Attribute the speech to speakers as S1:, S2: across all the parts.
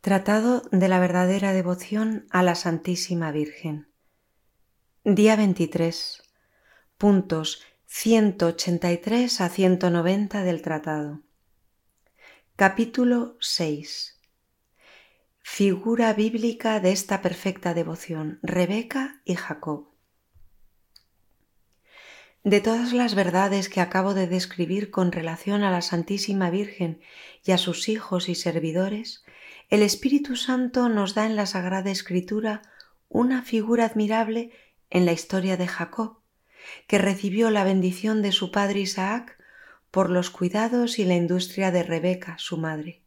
S1: Tratado de la verdadera devoción a la Santísima Virgen. Día 23. Puntos 183 a 190 del tratado. Capítulo 6. Figura bíblica de esta perfecta devoción, Rebeca y Jacob. De todas las verdades que acabo de describir con relación a la Santísima Virgen y a sus hijos y servidores, el Espíritu Santo nos da en la Sagrada Escritura una figura admirable en la historia de Jacob, que recibió la bendición de su padre Isaac por los cuidados y la industria de Rebeca, su madre.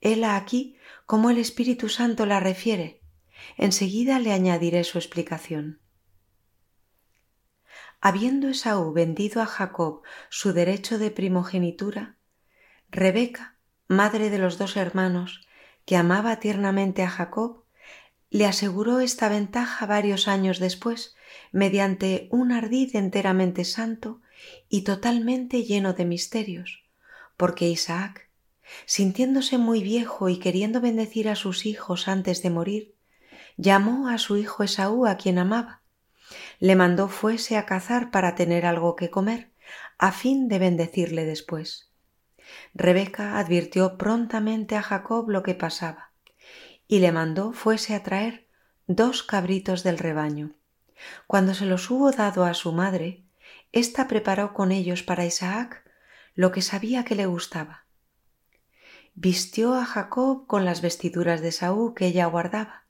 S1: Hela aquí como el Espíritu Santo la refiere. Enseguida le añadiré su explicación. Habiendo Esaú vendido a Jacob su derecho de primogenitura, Rebeca, madre de los dos hermanos, que amaba tiernamente a Jacob, le aseguró esta ventaja varios años después, mediante un ardid enteramente santo y totalmente lleno de misterios, porque Isaac, sintiéndose muy viejo y queriendo bendecir a sus hijos antes de morir, llamó a su hijo Esaú a quien amaba, le mandó fuese a cazar para tener algo que comer, a fin de bendecirle después. Rebeca advirtió prontamente a Jacob lo que pasaba, y le mandó fuese a traer dos cabritos del rebaño. Cuando se los hubo dado a su madre, ésta preparó con ellos para Isaac lo que sabía que le gustaba. Vistió a Jacob con las vestiduras de Saúl que ella guardaba,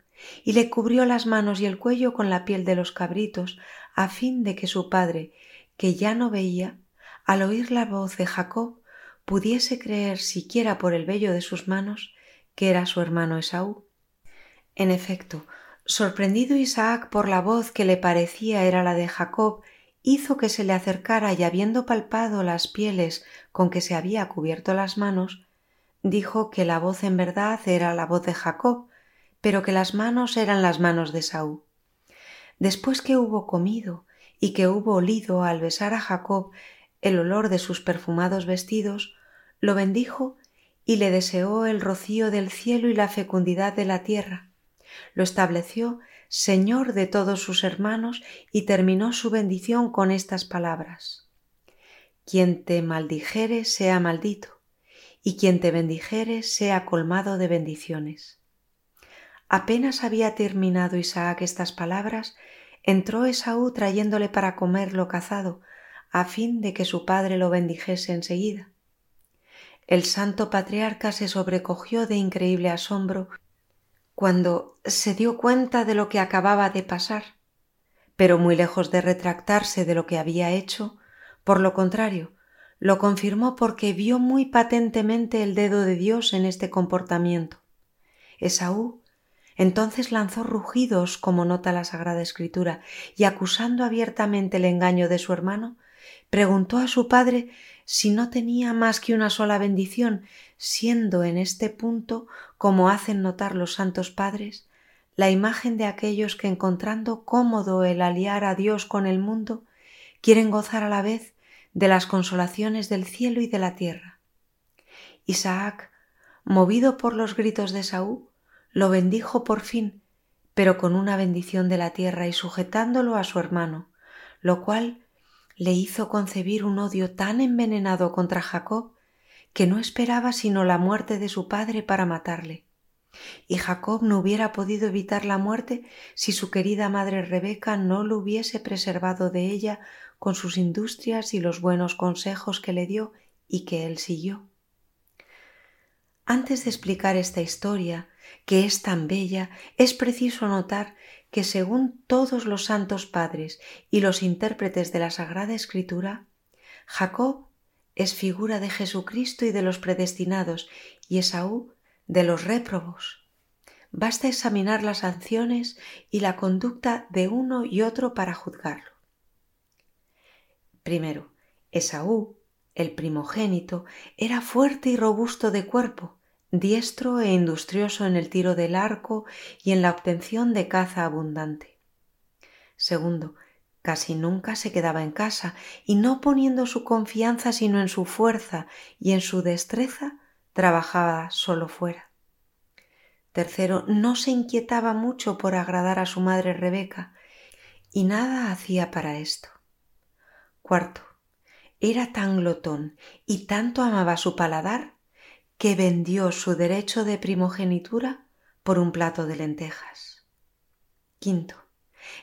S1: y le cubrió las manos y el cuello con la piel de los cabritos, a fin de que su padre, que ya no veía, al oír la voz de Jacob, pudiese creer siquiera por el vello de sus manos que era su hermano Esaú. En efecto, sorprendido Isaac por la voz que le parecía era la de Jacob, hizo que se le acercara y habiendo palpado las pieles con que se había cubierto las manos, dijo que la voz en verdad era la voz de Jacob, pero que las manos eran las manos de Saúl. Después que hubo comido y que hubo olido al besar a Jacob el olor de sus perfumados vestidos, lo bendijo y le deseó el rocío del cielo y la fecundidad de la tierra. Lo estableció Señor de todos sus hermanos y terminó su bendición con estas palabras. Quien te maldijere sea maldito, y quien te bendijere sea colmado de bendiciones. Apenas había terminado Isaac estas palabras, entró Esaú trayéndole para comer lo cazado, a fin de que su padre lo bendijese enseguida. El santo patriarca se sobrecogió de increíble asombro cuando se dio cuenta de lo que acababa de pasar, pero muy lejos de retractarse de lo que había hecho, por lo contrario, lo confirmó porque vio muy patentemente el dedo de Dios en este comportamiento. Esaú entonces lanzó rugidos, como nota la Sagrada Escritura, y acusando abiertamente el engaño de su hermano, preguntó a su padre si no tenía más que una sola bendición, siendo en este punto, como hacen notar los santos padres, la imagen de aquellos que encontrando cómodo el aliar a Dios con el mundo, quieren gozar a la vez de las consolaciones del cielo y de la tierra. Isaac, movido por los gritos de Saúl, lo bendijo por fin, pero con una bendición de la tierra y sujetándolo a su hermano, lo cual le hizo concebir un odio tan envenenado contra Jacob que no esperaba sino la muerte de su padre para matarle. Y Jacob no hubiera podido evitar la muerte si su querida madre Rebeca no lo hubiese preservado de ella con sus industrias y los buenos consejos que le dio y que él siguió. Antes de explicar esta historia, que es tan bella, es preciso notar que según todos los santos padres y los intérpretes de la Sagrada Escritura, Jacob es figura de Jesucristo y de los predestinados, y Esaú de los réprobos. Basta examinar las sanciones y la conducta de uno y otro para juzgarlo. Primero, Esaú, el primogénito, era fuerte y robusto de cuerpo, diestro e industrioso en el tiro del arco y en la obtención de caza abundante. Segundo, casi nunca se quedaba en casa y no poniendo su confianza sino en su fuerza y en su destreza, trabajaba solo fuera. Tercero, no se inquietaba mucho por agradar a su madre Rebeca y nada hacía para esto. Cuarto, era tan glotón y tanto amaba su paladar que vendió su derecho de primogenitura por un plato de lentejas. Quinto,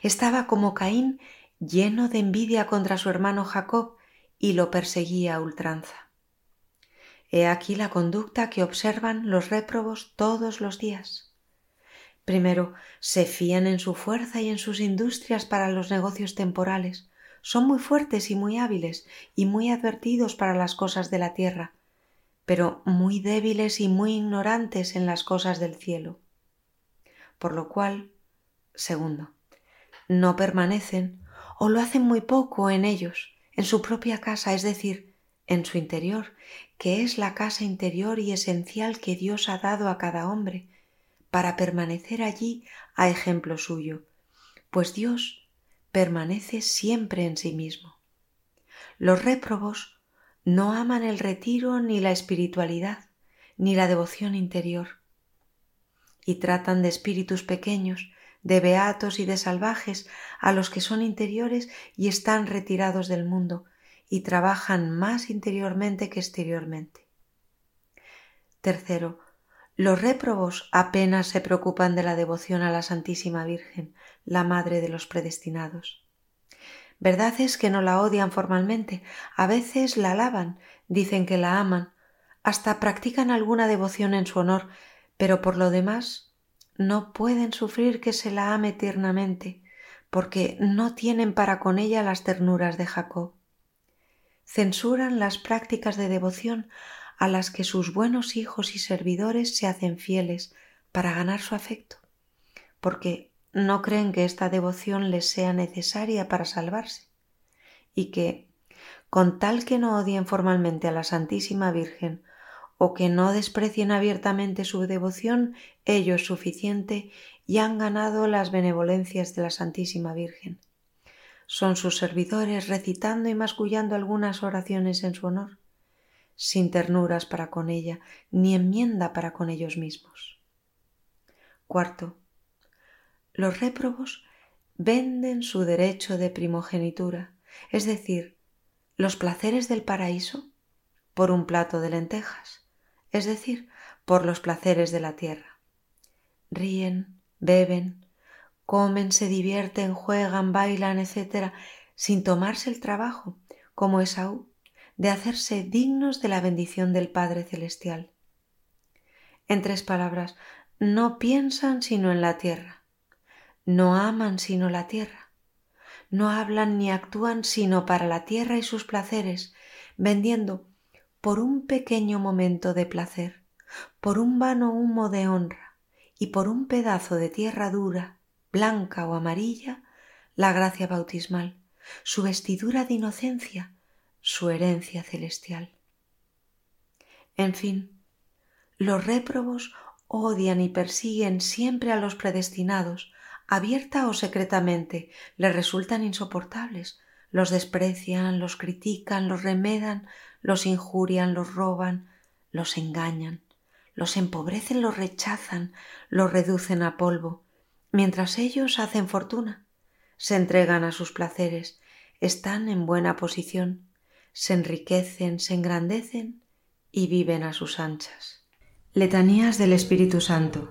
S1: estaba como Caín lleno de envidia contra su hermano Jacob y lo perseguía a ultranza. He aquí la conducta que observan los réprobos todos los días. Primero, se fían en su fuerza y en sus industrias para los negocios temporales. Son muy fuertes y muy hábiles y muy advertidos para las cosas de la tierra, pero muy débiles y muy ignorantes en las cosas del cielo. Por lo cual, segundo, no permanecen o lo hacen muy poco en ellos, en su propia casa, es decir, en su interior, que es la casa interior y esencial que Dios ha dado a cada hombre, para permanecer allí a ejemplo suyo, pues Dios permanece siempre en sí mismo. Los réprobos no aman el retiro ni la espiritualidad, ni la devoción interior, y tratan de espíritus pequeños, de beatos y de salvajes, a los que son interiores y están retirados del mundo, y trabajan más interiormente que exteriormente. Tercero, los réprobos apenas se preocupan de la devoción a la Santísima Virgen, la Madre de los predestinados. Verdad es que no la odian formalmente, a veces la alaban, dicen que la aman, hasta practican alguna devoción en su honor, pero por lo demás no pueden sufrir que se la ame tiernamente, porque no tienen para con ella las ternuras de Jacob. Censuran las prácticas de devoción a las que sus buenos hijos y servidores se hacen fieles para ganar su afecto, porque no creen que esta devoción les sea necesaria para salvarse, y que, con tal que no odien formalmente a la Santísima Virgen, o que no desprecien abiertamente su devoción, ello es suficiente y han ganado las benevolencias de la Santísima Virgen. Son sus servidores recitando y mascullando algunas oraciones en su honor, sin ternuras para con ella, ni enmienda para con ellos mismos. Cuarto. Los réprobos venden su derecho de primogenitura, es decir, los placeres del paraíso, por un plato de lentejas es decir, por los placeres de la tierra. Ríen, beben, comen, se divierten, juegan, bailan, etc., sin tomarse el trabajo, como Esaú, de hacerse dignos de la bendición del Padre Celestial. En tres palabras, no piensan sino en la tierra, no aman sino la tierra, no hablan ni actúan sino para la tierra y sus placeres, vendiendo por un pequeño momento de placer, por un vano humo de honra y por un pedazo de tierra dura, blanca o amarilla, la gracia bautismal, su vestidura de inocencia, su herencia celestial. En fin, los réprobos odian y persiguen siempre a los predestinados, abierta o secretamente, les resultan insoportables, los desprecian, los critican, los remedan, los injurian, los roban, los engañan, los empobrecen, los rechazan, los reducen a polvo, mientras ellos hacen fortuna, se entregan a sus placeres, están en buena posición, se enriquecen, se engrandecen y viven a sus anchas. Letanías del Espíritu Santo.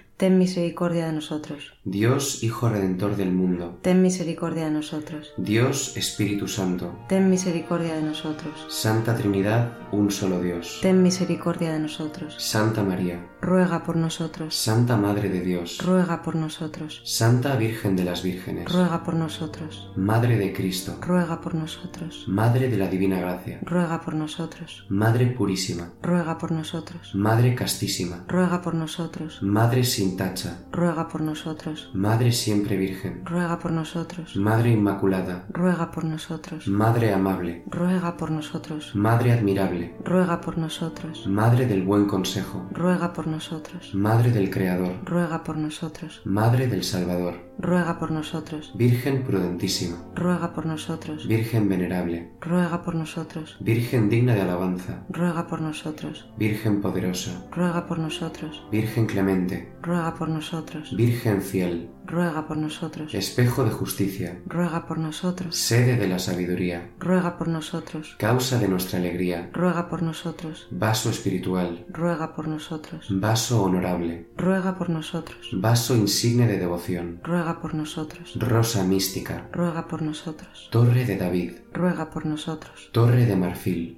S1: Ten misericordia de nosotros.
S2: Dios Hijo Redentor del mundo,
S1: Ten misericordia de nosotros.
S2: Dios Espíritu Santo,
S1: Ten misericordia de nosotros.
S2: Santa Trinidad, un solo Dios.
S1: Ten misericordia de nosotros.
S2: Santa María,
S1: Ruega por nosotros.
S2: Santa Madre de Dios,
S1: Ruega por nosotros.
S2: Santa Virgen de las Vírgenes,
S1: Ruega por nosotros.
S2: Madre de Cristo,
S1: Ruega por nosotros.
S2: Madre de la Divina Gracia,
S1: Ruega por nosotros.
S2: Madre Purísima,
S1: Ruega por nosotros.
S2: Madre Castísima,
S1: Ruega por nosotros.
S2: Madre sin tacha,
S1: Ruega por nosotros.
S2: Madre siempre Virgen,
S1: Ruega por nosotros.
S2: Madre Inmaculada,
S1: Ruega por nosotros.
S2: Madre amable,
S1: Ruega por nosotros.
S2: Madre admirable,
S1: Ruega por nosotros.
S2: Madre del buen consejo,
S1: Ruega por nosotros.
S2: Madre del Creador,
S1: Ruega por nosotros.
S2: Madre del Salvador,
S1: Ruega por nosotros.
S2: Virgen prudentísima,
S1: Ruega por nosotros.
S2: Virgen venerable,
S1: Ruega por nosotros.
S2: Virgen digna de alabanza,
S1: Ruega por nosotros.
S2: Virgen poderosa,
S1: Ruega por nosotros.
S2: Virgen clemente,
S1: Ruega por nosotros.
S2: Virgen fiel,
S1: Ruega por nosotros.
S2: espejo de justicia,
S1: Ruega por nosotros.
S2: sede de la sabiduría,
S1: Ruega por nosotros.
S2: causa de nuestra alegría,
S1: Ruega por nosotros.
S2: vaso espiritual,
S1: Ruega por nosotros.
S2: vaso honorable,
S1: Ruega por nosotros.
S2: vaso insigne de devoción,
S1: Ruega por nosotros.
S2: rosa mística,
S1: Ruega por nosotros.
S2: torre de David,
S1: Ruega por nosotros.
S2: torre de marfil,